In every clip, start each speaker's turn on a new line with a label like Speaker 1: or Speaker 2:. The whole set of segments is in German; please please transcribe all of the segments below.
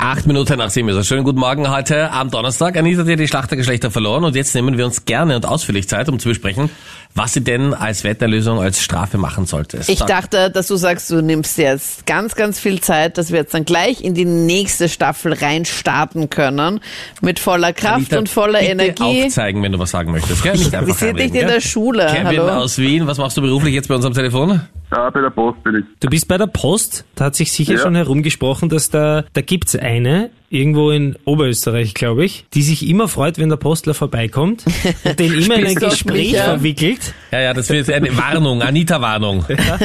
Speaker 1: Acht Minuten nach sieben ist es. Schönen guten Morgen heute am Donnerstag. Anita hat ja die Schlachtergeschlechter verloren und jetzt nehmen wir uns gerne und ausführlich Zeit, um zu besprechen, was sie denn als Wetterlösung, als Strafe machen sollte.
Speaker 2: Ich dachte, dass du sagst, du nimmst dir jetzt ganz, ganz viel Zeit, dass wir jetzt dann gleich in die nächste Staffel rein starten können. Mit voller Kraft
Speaker 1: Anita,
Speaker 2: und voller
Speaker 1: bitte
Speaker 2: Energie.
Speaker 1: aufzeigen, wenn du was sagen möchtest. Gell? Nicht
Speaker 2: Wir
Speaker 1: einfach
Speaker 2: sind nicht
Speaker 1: reinreden,
Speaker 2: in
Speaker 1: gell?
Speaker 2: der Schule.
Speaker 1: Kevin
Speaker 2: Hallo.
Speaker 1: aus Wien, was machst du beruflich jetzt bei uns am Telefon?
Speaker 3: Ah, bei der Post bin ich.
Speaker 4: Du bist bei der Post, da hat sich sicher
Speaker 3: Ja.
Speaker 4: schon herumgesprochen, dass da, da gibt's eine, irgendwo in Oberösterreich, glaube ich, die sich immer freut, wenn der Postler vorbeikommt und den immer in ein
Speaker 2: Spielst du auf mich,
Speaker 4: Gespräch
Speaker 2: ja?
Speaker 4: verwickelt.
Speaker 1: Ja, ja, das wird eine Warnung, Anita-Warnung.
Speaker 4: Ja,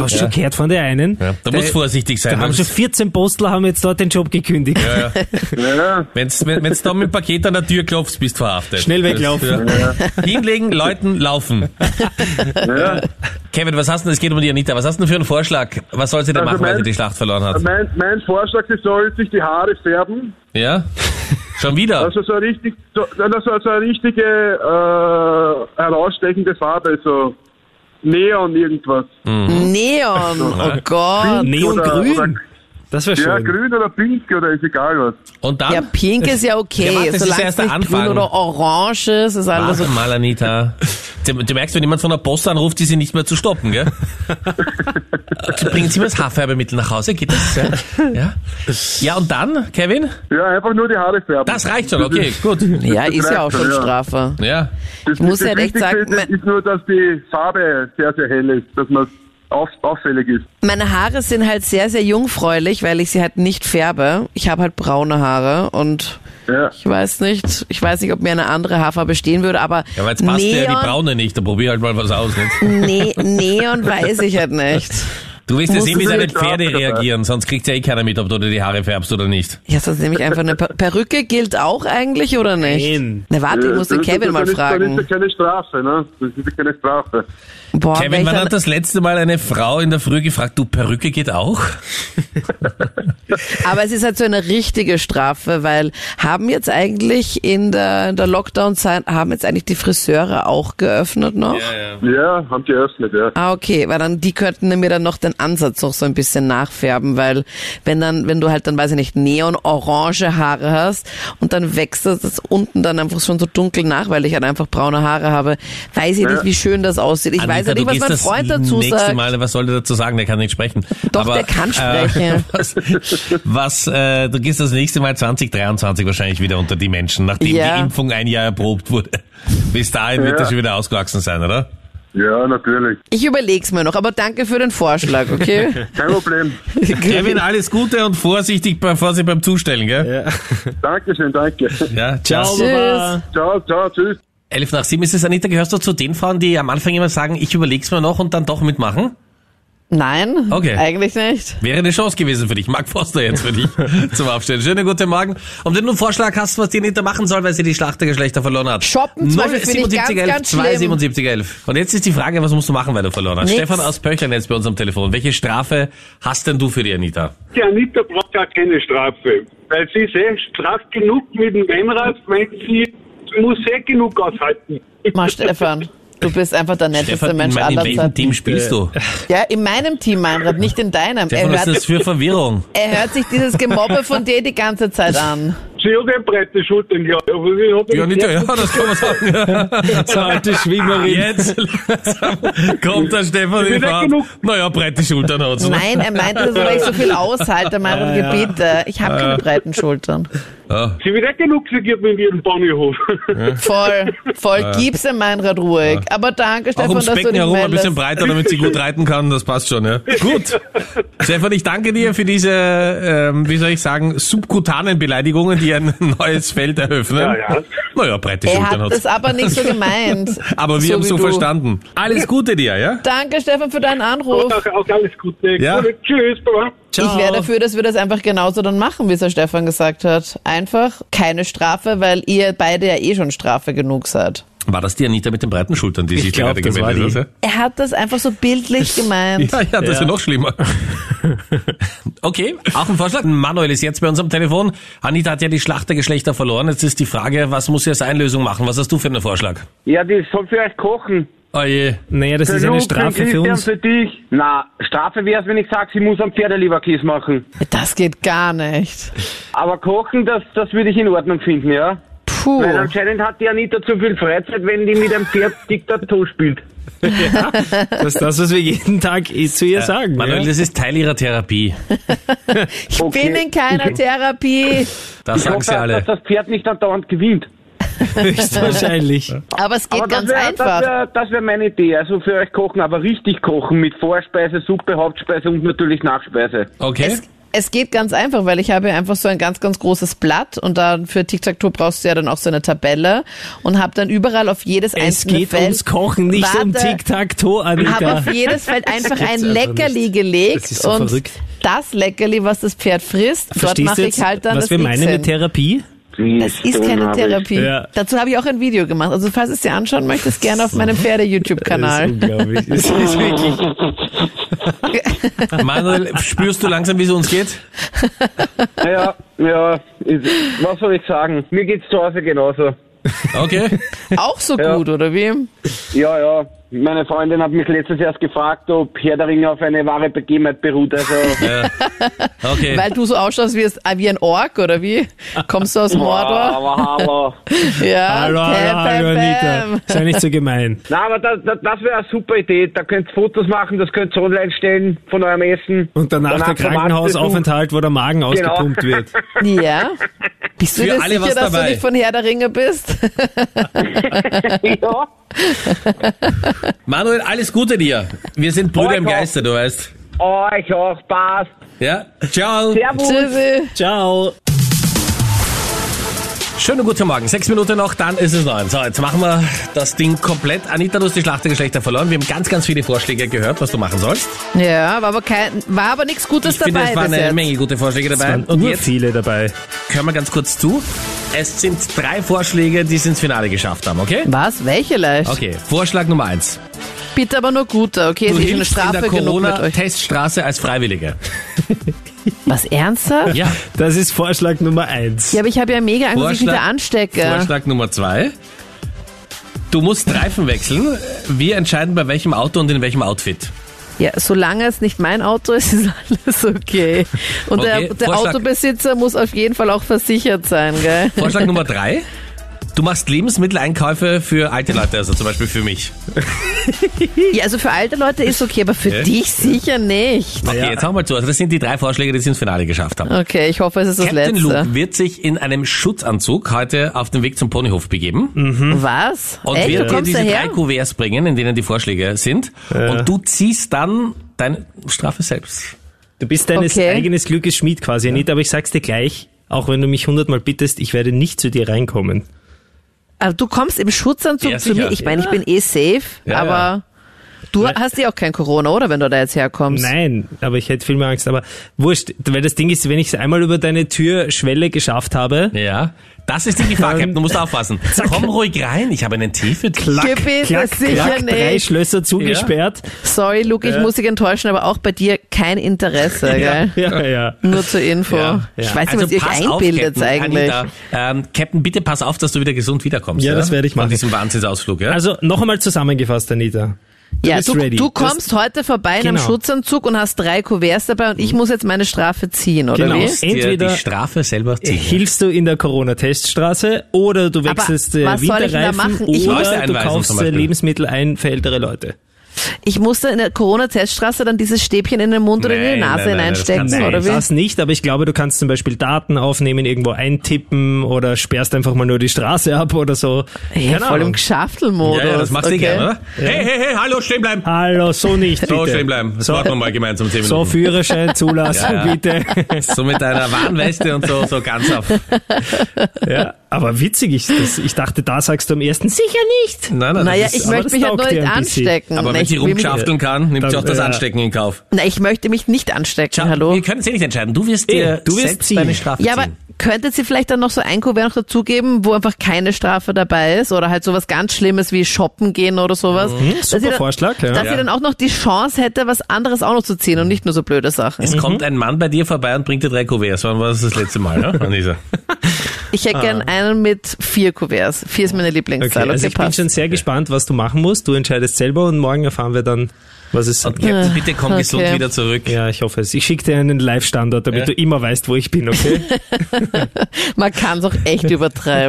Speaker 4: hast du schon gehört von der einen?
Speaker 1: Ja, da muss vorsichtig
Speaker 4: Da
Speaker 1: sein.
Speaker 4: haben schon 14 Postler haben jetzt dort den Job gekündigt.
Speaker 3: Ja,
Speaker 1: Wenn's, wenn wenn's da mit dem Paket an der Tür klopfst, bist verhaftet.
Speaker 4: Schnell weglaufen.
Speaker 1: Das- ja. Hinlegen, Leuten, laufen.
Speaker 3: ja.
Speaker 1: Kevin, was hast du denn, es geht um die Anita, was hast du denn für einen Vorschlag? Was soll sie denn
Speaker 3: Also
Speaker 1: machen, weil sie
Speaker 3: mein-
Speaker 1: die Schlacht verloren hat?
Speaker 3: Mein, mein Vorschlag, sie soll sich die Haare färben.
Speaker 1: Ja? Schon wieder?
Speaker 3: Also so eine, richtig, so, also so eine richtige äh, herausstechende Farbe, so Neon irgendwas.
Speaker 2: Neon. Oh Gott.
Speaker 4: Neongrün.
Speaker 3: oder-
Speaker 4: Das wäre schön.
Speaker 3: Ja, grün oder pink oder ist egal was.
Speaker 1: Und dann?
Speaker 2: Ja, pink ist ja
Speaker 1: Ja, warte,
Speaker 2: okay.
Speaker 1: das ist
Speaker 2: Solange
Speaker 1: erst
Speaker 2: es
Speaker 1: der
Speaker 2: nicht grün
Speaker 1: Anfang.
Speaker 2: oder orange ist, ist alles
Speaker 1: Warte
Speaker 2: okay.
Speaker 1: mal, Anita. Du, du merkst, wenn jemand von der Post anruft, die sind nicht mehr zu stoppen, gell? Bringen Sie mir das Haarfärbemittel nach Hause, geht das? Ja? Ja, ja und dann, Kevin?
Speaker 3: Ja, einfach nur die Haare färben.
Speaker 1: Das reicht schon, okay, gut.
Speaker 2: Ja, ist ja auch schon
Speaker 3: Ja.
Speaker 2: Strafe.
Speaker 1: Ja.
Speaker 3: Das,
Speaker 2: muss
Speaker 3: das
Speaker 2: ja recht
Speaker 3: Wichtigste
Speaker 2: sagen, mein-
Speaker 3: ist nur, dass die Farbe sehr, sehr hell ist, dass man auf, auffällig ist.
Speaker 2: Meine Haare sind halt sehr, sehr jungfräulich, weil ich sie halt nicht färbe. Ich habe halt braune Haare und
Speaker 3: Ja.
Speaker 2: ich weiß nicht, ich weiß nicht, ob mir eine andere Haarfarbe stehen würde, aber
Speaker 1: Ja, aber jetzt passt dir ja die
Speaker 2: Neon,
Speaker 1: Braune nicht, dann probier halt mal was aus. Nicht?
Speaker 2: ne Neon weiß ich halt nicht.
Speaker 1: Du willst ja
Speaker 2: Musst
Speaker 1: sehen, wie
Speaker 2: du
Speaker 1: deine
Speaker 3: nicht drauf
Speaker 1: Pferde
Speaker 3: dabei.
Speaker 1: reagieren, sonst kriegt ja eh keiner mit, ob du dir die Haare färbst oder nicht.
Speaker 2: Ja, sonst nehme ich einfach eine Per- Perücke, gilt auch eigentlich oder nicht?
Speaker 4: Nein.
Speaker 2: Na warte, ich muss den
Speaker 3: Äh, Das-
Speaker 2: Kevin
Speaker 3: das-
Speaker 2: mal
Speaker 3: das ist- Das
Speaker 2: fragen.
Speaker 3: ist ja keine Strafe, ne? Das ist ja keine Strafe.
Speaker 2: Boah, wenn
Speaker 1: Kevin,
Speaker 2: ich
Speaker 1: wann
Speaker 2: dann,
Speaker 1: hat das letzte Mal eine Frau in der Früh gefragt, du Perücke geht auch?
Speaker 2: aber es ist halt so eine richtige Strafe, weil haben jetzt eigentlich in der, in der Lockdown-Zeit, haben jetzt eigentlich die Friseure auch geöffnet noch?
Speaker 3: Ja, haben geöffnet, ja.
Speaker 2: Ah, okay, weil dann die könnten mir dann noch den Ansatz noch so ein bisschen nachfärben, weil wenn dann, wenn du halt dann, weiß ich nicht, neon-orange Haare hast und dann wächst das, das unten dann einfach schon so dunkel nach, weil ich halt einfach braune Haare habe, weiß ich nicht, wie schön das aussieht. Ich weiß ja
Speaker 1: Anita,
Speaker 2: nicht,
Speaker 1: du
Speaker 2: was
Speaker 1: gehst
Speaker 2: mein
Speaker 1: das
Speaker 2: Freund dazu
Speaker 1: nächste
Speaker 2: sagt.
Speaker 1: Mal, was soll der dazu sagen? Der kann nicht sprechen.
Speaker 2: Doch,
Speaker 1: Aber,
Speaker 2: der kann
Speaker 1: Äh,
Speaker 2: sprechen.
Speaker 1: was, was äh, du gehst das nächste Mal 2023 wahrscheinlich wieder unter die Menschen, nachdem
Speaker 2: Ja.
Speaker 1: die Impfung ein Jahr erprobt wurde. Bis dahin wird
Speaker 3: Ja.
Speaker 1: das schon wieder ausgewachsen sein, oder?
Speaker 3: Ja, natürlich.
Speaker 2: Ich überleg's mir noch, aber danke für den Vorschlag, okay?
Speaker 3: Kein Problem.
Speaker 1: Kevin, alles Gute und vorsichtig, beim- vorsichtig beim Zustellen, gell?
Speaker 4: Ja.
Speaker 3: Dankeschön, danke.
Speaker 1: Ja,
Speaker 4: Ciao,
Speaker 2: Tschüss.
Speaker 4: Baba.
Speaker 3: Ciao, ciao, tschüss.
Speaker 1: 11 nach 7 ist es, Anita, gehörst du zu den Frauen, die am Anfang immer sagen, ich überleg's mir noch und dann doch mitmachen?
Speaker 2: Nein,
Speaker 1: Okay.
Speaker 2: eigentlich nicht.
Speaker 1: Wäre eine Chance gewesen für dich. Mark Foster jetzt für dich zum Aufstellen. Schönen guten Morgen. Und wenn du einen Vorschlag hast, was die Anita machen soll, weil sie die Schlachtergeschlechter verloren hat.
Speaker 2: Shoppen zum Beispiel finde ich ganz,
Speaker 1: 07711
Speaker 2: ganz
Speaker 1: 27711. Und jetzt ist die Frage, was musst du machen, weil du verloren hast?
Speaker 2: Nix.
Speaker 1: Stefan aus Pöchern jetzt bei uns am Telefon. Welche Strafe hast denn du für die Anita?
Speaker 5: Die Anita braucht gar keine Strafe, weil sie ist eh straff genug mit dem Rennrad, wenn sie muss eh genug aushalten.
Speaker 2: Mal, Stefan. Du bist einfach der netteste
Speaker 1: Stefan, in,
Speaker 2: Mensch Äh,
Speaker 1: mein, in
Speaker 2: aller
Speaker 1: welchem
Speaker 2: Zeiten.
Speaker 1: Team spielst du?
Speaker 2: Ja, in meinem Team, Meinrad, nicht in deinem.
Speaker 1: Stefan,
Speaker 2: er,
Speaker 1: was ist
Speaker 2: hört,
Speaker 1: das für Verwirrung?
Speaker 2: er hört sich dieses Gemobbe von dir die ganze Zeit an.
Speaker 5: Sie hat eh breite Schultern, ja. Aber sie hat
Speaker 1: Ja,
Speaker 5: einen
Speaker 1: Anita,
Speaker 5: sehr
Speaker 1: ja, das kann man sagen.
Speaker 4: So alte Schwimmerin.
Speaker 1: Jetzt kommt der Stefan in
Speaker 5: Wieder
Speaker 1: Fahrt.
Speaker 5: genug.
Speaker 1: Naja, breite Schultern hat's. ne?
Speaker 2: Nein, er meinte das, weil ich so viel aushalte,
Speaker 1: Ah,
Speaker 2: Meinrad, gebiete. Ich habe keine breiten Schultern.
Speaker 1: Ja.
Speaker 5: Sie wird eh genug segiert mit ihrem Ponyhof.
Speaker 2: Voll, voll, gib's dem Meinrad ruhig. Aber danke,
Speaker 1: Ah. Auch
Speaker 2: Stefan,
Speaker 1: ums
Speaker 2: dass du
Speaker 1: Becken
Speaker 2: dich
Speaker 1: herum ein bisschen
Speaker 2: meldest.
Speaker 1: breiter, damit sie gut reiten kann, das passt schon, ja. Gut. Stefan, ich danke dir für diese, ähm, wie soll ich sagen, subkutanen Beleidigungen, die ein neues Feld eröffnen.
Speaker 5: Ja, ja.
Speaker 1: Naja, breite
Speaker 2: Er
Speaker 1: Schultern
Speaker 2: hat
Speaker 1: hat's.
Speaker 2: das aber nicht so gemeint.
Speaker 1: Aber wir
Speaker 2: so
Speaker 1: haben
Speaker 2: wie
Speaker 1: so
Speaker 2: du.
Speaker 1: verstanden. Alles Gute dir, ja?
Speaker 2: Danke, Stefan, für deinen Anruf.
Speaker 5: auch, auch alles Gute.
Speaker 1: Ja.
Speaker 5: Gute. Tschüss, Baba.
Speaker 4: Ciao.
Speaker 2: Ich wäre dafür, dass wir das einfach genauso dann machen, wie es der Stefan gesagt hat. Einfach keine Strafe, weil ihr beide ja eh schon Strafe genug seid.
Speaker 1: War das die Anita mit den breiten Schultern, die
Speaker 4: Ich
Speaker 1: sich
Speaker 4: glaub,
Speaker 1: gerade
Speaker 4: das war
Speaker 1: gemeldet hat?
Speaker 2: Er hat das einfach so bildlich gemeint.
Speaker 1: Ja, ja, das ist ja
Speaker 4: Ja.
Speaker 1: noch schlimmer. Okay, auch ein Vorschlag. Manuel ist jetzt bei uns am Telefon. Anita hat ja die Schlachtergeschlechter verloren. Jetzt ist die Frage, was muss sie als Einlösung machen? Was hast du für einen Vorschlag?
Speaker 6: Ja, die soll vielleicht kochen.
Speaker 1: Oje.
Speaker 4: Naja, das ist eine
Speaker 6: Luke,
Speaker 4: Strafe
Speaker 6: den
Speaker 4: für
Speaker 6: Christian
Speaker 4: uns.
Speaker 6: für dich. Na, Strafe wäre es, wenn ich sage, sie muss am Pferdeleberkies machen.
Speaker 2: Das geht gar nicht.
Speaker 6: Aber kochen, das, das würde ich in Ordnung finden, ja?
Speaker 2: Puh.
Speaker 6: Weil anscheinend hat die Anita zu viel Freizeit, wenn die mit einem Pferd Diktatur spielt.
Speaker 4: Das ist das, was wir jeden Tag eh zu ihr sagen.
Speaker 1: Manuel,
Speaker 4: ja?
Speaker 1: das ist Teil ihrer Therapie.
Speaker 2: Ich
Speaker 6: okay.
Speaker 2: bin in keiner Therapie.
Speaker 1: Das
Speaker 6: Ich
Speaker 1: sagen sie
Speaker 6: hoffe,
Speaker 1: alle.
Speaker 6: dass das Pferd nicht andauernd gewinnt.
Speaker 4: Höchstwahrscheinlich.
Speaker 2: Aber es geht
Speaker 6: Aber
Speaker 2: ganz
Speaker 6: das wär,
Speaker 2: einfach.
Speaker 6: Das wäre das wär meine Idee. Also für euch kochen, aber richtig kochen mit Vorspeise, Suppe, Hauptspeise und natürlich Nachspeise.
Speaker 1: Okay.
Speaker 2: Es, es geht ganz einfach, weil ich habe ja einfach so ein ganz, ganz großes Blatt und dann für Tic-Tac-Toe brauchst du ja dann auch so eine Tabelle und habe dann überall auf jedes
Speaker 4: Es
Speaker 2: einzelne
Speaker 4: geht
Speaker 2: Feld...
Speaker 4: ums Kochen, nicht um
Speaker 2: Warte.
Speaker 4: Tic-Tac-Toe,
Speaker 2: habe
Speaker 4: Anita.
Speaker 2: auf jedes Feld einfach ein
Speaker 4: gibt's einfach
Speaker 2: Leckerli
Speaker 4: also nicht.
Speaker 2: gelegt
Speaker 4: Das ist so
Speaker 2: und
Speaker 4: verrückt.
Speaker 2: das Leckerli, was das Pferd frisst, dort
Speaker 4: Verstehst du
Speaker 2: mache ich
Speaker 4: jetzt,
Speaker 2: halt dann
Speaker 4: was
Speaker 2: das
Speaker 4: wir meinen
Speaker 2: X
Speaker 4: mit
Speaker 2: hin.
Speaker 4: Therapie?
Speaker 2: Das ist keine Therapie.
Speaker 4: Ja.
Speaker 2: Dazu habe ich auch ein Video gemacht. Also falls du es dir anschauen möchtest, gerne auf meinem
Speaker 4: Das
Speaker 2: Pferde-YouTube-Kanal.
Speaker 4: ist unglaublich. Das ist wirklich.
Speaker 1: Manuel, spürst du langsam, wie es uns geht?
Speaker 6: Ja, ja, ist, was soll ich sagen? Mir geht's zu Hause genauso.
Speaker 1: Okay.
Speaker 2: Auch so
Speaker 6: Ja.
Speaker 2: gut, oder wie?
Speaker 6: Ja, ja. Meine Freundin hat mich letztens erst gefragt, ob Herr der Ringe auf eine wahre Begebenheit beruht. Also,
Speaker 1: Okay.
Speaker 2: Weil du so ausschaust wie, es, äh, wie ein Ork, oder wie? Kommst du aus Mordor?
Speaker 6: aber, aber.
Speaker 2: Ja,
Speaker 4: Hallo, hallo,
Speaker 2: bam,
Speaker 4: hallo,
Speaker 2: bam,
Speaker 4: Anita.
Speaker 2: bam.
Speaker 4: Sei nicht so gemein.
Speaker 6: Na, aber das, das, das wäre eine super Idee. Da könnt ihr Fotos machen, das könnt ihr online stellen von eurem Essen.
Speaker 4: Und danach, der Genau.
Speaker 6: vom Arztbesuch.
Speaker 4: Krankenhausaufenthalt, wo der Magen ausgepumpt wird.
Speaker 2: Ja. Bist du
Speaker 1: Für
Speaker 2: dir
Speaker 1: alle
Speaker 2: sicher,
Speaker 1: was
Speaker 2: dass
Speaker 1: dabei.
Speaker 2: du nicht von Herr der Ringe bist?
Speaker 6: ja.
Speaker 1: Manuel, alles Gute dir. Wir sind Brüder im
Speaker 6: Euch auch.
Speaker 1: Geiste, du weißt.
Speaker 6: Euch auch, passt.
Speaker 1: Ja. Ciao.
Speaker 6: Servus.
Speaker 2: Tschüssi.
Speaker 4: Ciao.
Speaker 1: Schönen guten Morgen. Sechs Minuten noch, dann ist es neun. So, jetzt machen wir das Ding komplett. Anita, du hast die Schlachtergeschlechter verloren. Wir haben ganz, ganz viele Vorschläge gehört, was du machen sollst.
Speaker 2: Ja, war aber, kein, war aber nichts Gutes
Speaker 1: Ich finde,
Speaker 2: dabei
Speaker 1: es waren
Speaker 2: bis
Speaker 1: eine
Speaker 2: jetzt.
Speaker 1: Menge gute Vorschläge
Speaker 4: Es
Speaker 1: dabei.
Speaker 4: waren
Speaker 1: Und
Speaker 4: nur
Speaker 1: jetzt
Speaker 4: viele dabei.
Speaker 1: hören wir ganz kurz zu. Es sind drei Vorschläge, die es ins Finale geschafft haben, okay?
Speaker 2: Was? Welche leicht?
Speaker 1: Okay, Vorschlag Nummer eins.
Speaker 2: Bitte aber nur guter, okay?
Speaker 1: Du
Speaker 2: es ist eine
Speaker 1: hilfst in
Speaker 2: Strafe
Speaker 1: der
Speaker 2: genug mit euch.
Speaker 1: Corona-Teststraße als Freiwillige.
Speaker 2: Was, ernsthaft?
Speaker 1: Ja.
Speaker 4: Das ist Vorschlag Nummer eins.
Speaker 2: Ja, aber ich habe ja mega Angst, dass ich mich da
Speaker 1: Vorschlag-
Speaker 2: anstecke.
Speaker 1: Vorschlag Nummer zwei. Du musst Reifen wechseln. Wir entscheiden bei welchem Auto und in welchem Outfit.
Speaker 2: Ja, solange es nicht mein Auto ist, ist alles okay. Und
Speaker 1: Okay,
Speaker 2: der, der
Speaker 1: Vorschlag.
Speaker 2: Autobesitzer muss auf jeden Fall auch versichert sein, gell?
Speaker 1: Vorschlag Nummer drei. Du machst Lebensmitteleinkäufe für alte Leute, also zum Beispiel für mich.
Speaker 2: Ja, also für alte Leute ist okay, aber für
Speaker 1: Ja.
Speaker 2: dich sicher nicht.
Speaker 1: Okay, jetzt hau mal zu. Also das sind die drei Vorschläge, die es ins Finale geschafft haben.
Speaker 2: Okay, ich hoffe, es ist das
Speaker 1: Captain
Speaker 2: letzte.
Speaker 1: Luke wird sich in einem Schutzanzug heute auf den Weg zum Ponyhof begeben
Speaker 2: Was?
Speaker 1: hm? und
Speaker 2: Hm. Echt,
Speaker 1: wird
Speaker 2: du
Speaker 1: dir
Speaker 2: kommst
Speaker 1: diese drei
Speaker 2: daher?
Speaker 1: Kuverts bringen, in denen die Vorschläge sind. Und du ziehst dann deine Strafe selbst.
Speaker 4: Du bist deines
Speaker 2: Okay.
Speaker 4: eigenes Glückes Schmied quasi, Anita, aber ich sag's dir gleich, auch wenn du mich hundertmal bittest, ich werde nicht zu dir reinkommen.
Speaker 2: Aber du kommst im Schutzanzug
Speaker 1: Ja,
Speaker 2: zu
Speaker 1: sicher.
Speaker 2: mir. Ich meine, ich bin eh safe,
Speaker 1: Ja,
Speaker 2: aber
Speaker 1: ja.
Speaker 2: du hast eh auch kein Corona, oder, wenn du da jetzt herkommst?
Speaker 4: Nein, aber ich hätte viel mehr Angst, aber wurscht, weil das Ding ist, wenn ich es einmal über deine Türschwelle geschafft habe,
Speaker 1: Ja. Das ist die Gefahr, Captain. Du musst aufpassen. Komm ruhig rein. Ich habe einen Tee für dich.
Speaker 4: klack,
Speaker 2: Gebiet,
Speaker 4: klack,
Speaker 2: das sicher
Speaker 4: klack, drei
Speaker 2: nicht.
Speaker 4: Schlösser zugesperrt.
Speaker 2: Sorry, Luke, ich muss dich enttäuschen, aber auch bei dir kein Interesse, gell?
Speaker 4: Ja, ja.
Speaker 2: Nur zur Info.
Speaker 1: Ja,
Speaker 2: Ich weiß
Speaker 1: Also
Speaker 2: nicht, was
Speaker 1: pass
Speaker 2: ihr euch einbildet
Speaker 1: auf, Captain,
Speaker 2: eigentlich.
Speaker 1: Anita, ähm, Captain, bitte pass auf, dass du wieder gesund wiederkommst.
Speaker 4: Ja, das werde ich machen.
Speaker 1: Von diesem Wahnsinnsausflug, ja?
Speaker 4: Also noch einmal zusammengefasst, Anita.
Speaker 2: ja,
Speaker 4: bist
Speaker 2: du,
Speaker 4: ready.
Speaker 2: du
Speaker 4: Das-
Speaker 2: kommst heute vorbei in
Speaker 4: Genau.
Speaker 2: einem Schutzanzug und hast drei Kuverts dabei und ich muss jetzt meine Strafe ziehen, oder
Speaker 4: Genau.
Speaker 2: wie?
Speaker 1: Musst dir
Speaker 4: entweder- Äh,
Speaker 1: die Strafe selber ziehen.
Speaker 4: Hilfst du in der Corona-Teststraße oder du wechselst äh,
Speaker 2: was soll ich denn da
Speaker 4: Winterreifen
Speaker 2: machen? Ich-
Speaker 1: Leute
Speaker 4: oder du
Speaker 1: einweisen zum
Speaker 4: kaufst äh,
Speaker 1: Beispiel.
Speaker 4: Lebensmittel ein für ältere Leute.
Speaker 2: Ich musste in der Corona-Teststraße dann dieses Stäbchen in den Mund oder in die
Speaker 1: Nein,
Speaker 2: Nase
Speaker 1: nein, nein, das
Speaker 2: hineinstecken,
Speaker 1: kannst du
Speaker 2: oder
Speaker 1: nicht.
Speaker 2: wie?
Speaker 4: Äh, Das nicht, aber ich glaube, du kannst zum Beispiel Daten aufnehmen, irgendwo eintippen oder sperrst einfach mal nur die Straße ab oder so.
Speaker 2: Hey,
Speaker 4: Keine
Speaker 2: voll
Speaker 4: Ahnung.
Speaker 2: im Schaftelmodus.
Speaker 1: Ja, ja, das machst du
Speaker 2: okay.
Speaker 1: gerne, ne? oder? Hey, hey, hey, hallo, stehen bleiben.
Speaker 4: Hallo, so nicht, Ah, bitte.
Speaker 1: So, stehen bleiben. Das
Speaker 4: So.
Speaker 1: machen wir mal gemeinsam 10
Speaker 4: So,
Speaker 1: Minuten.
Speaker 4: Führerschein zulassen,
Speaker 1: Ja, ja.
Speaker 4: bitte.
Speaker 1: So mit deiner Warnweste und so, so ganz auf.
Speaker 4: ja, aber witzig ist das. Ich dachte, da sagst du am ersten sicher nicht.
Speaker 1: Nein, nein,
Speaker 2: Naja,
Speaker 1: das ist,
Speaker 2: ich
Speaker 4: aber
Speaker 2: möchte
Speaker 4: das
Speaker 2: mich halt
Speaker 4: taugt
Speaker 2: nur
Speaker 4: dir
Speaker 2: nicht
Speaker 4: ein bisschen.
Speaker 2: anstecken.
Speaker 1: aber wenn
Speaker 2: ich,
Speaker 1: sie
Speaker 2: will mich-
Speaker 1: rumschafteln kann, nimmt sie auch das
Speaker 4: Dann, ja.
Speaker 1: Anstecken in Kauf.
Speaker 2: Na, ich möchte mich nicht anstecken,
Speaker 1: Tja,
Speaker 2: hallo?
Speaker 1: Wir können es eh nicht entscheiden. Du wirst dir
Speaker 4: Eh, du wirst
Speaker 1: selbst
Speaker 4: ziehen.
Speaker 1: deine Strafe
Speaker 2: Ja, aber
Speaker 1: ziehen.
Speaker 2: könntet ihr vielleicht dann noch so ein Kuvert noch dazugeben, wo einfach keine Strafe dabei ist oder halt sowas ganz Schlimmes wie shoppen gehen oder sowas? Dass
Speaker 4: super
Speaker 2: ihr dann,
Speaker 4: Vorschlag, ja.
Speaker 2: Dass
Speaker 1: Mhm, Ja.
Speaker 2: ihr dann auch noch die Chance hätte, was anderes auch noch zu ziehen und nicht nur so blöde Sachen.
Speaker 1: Es kommt ein Mann bei dir vorbei und bringt dir drei Kuverts. Wann war das das letzte Mal, ne? Anisa?
Speaker 2: Ich hätte gern einen mit vier Kuverts. Vier ist meine
Speaker 4: Okay,
Speaker 2: Lieblingszahl. Okay,
Speaker 4: also ich bin
Speaker 2: passt.
Speaker 4: schon sehr gespannt, was du machen musst. Du entscheidest selber und morgen erfahren wir dann, was es
Speaker 1: Und
Speaker 4: sind.
Speaker 1: Captain, bitte komm
Speaker 2: Okay.
Speaker 1: gesund wieder zurück.
Speaker 4: Ja, ich hoffe es. Ich schicke dir einen Live-Standort, damit
Speaker 1: Ja.
Speaker 4: du immer weißt, wo ich bin, okay?
Speaker 2: Man kann es auch echt übertreiben.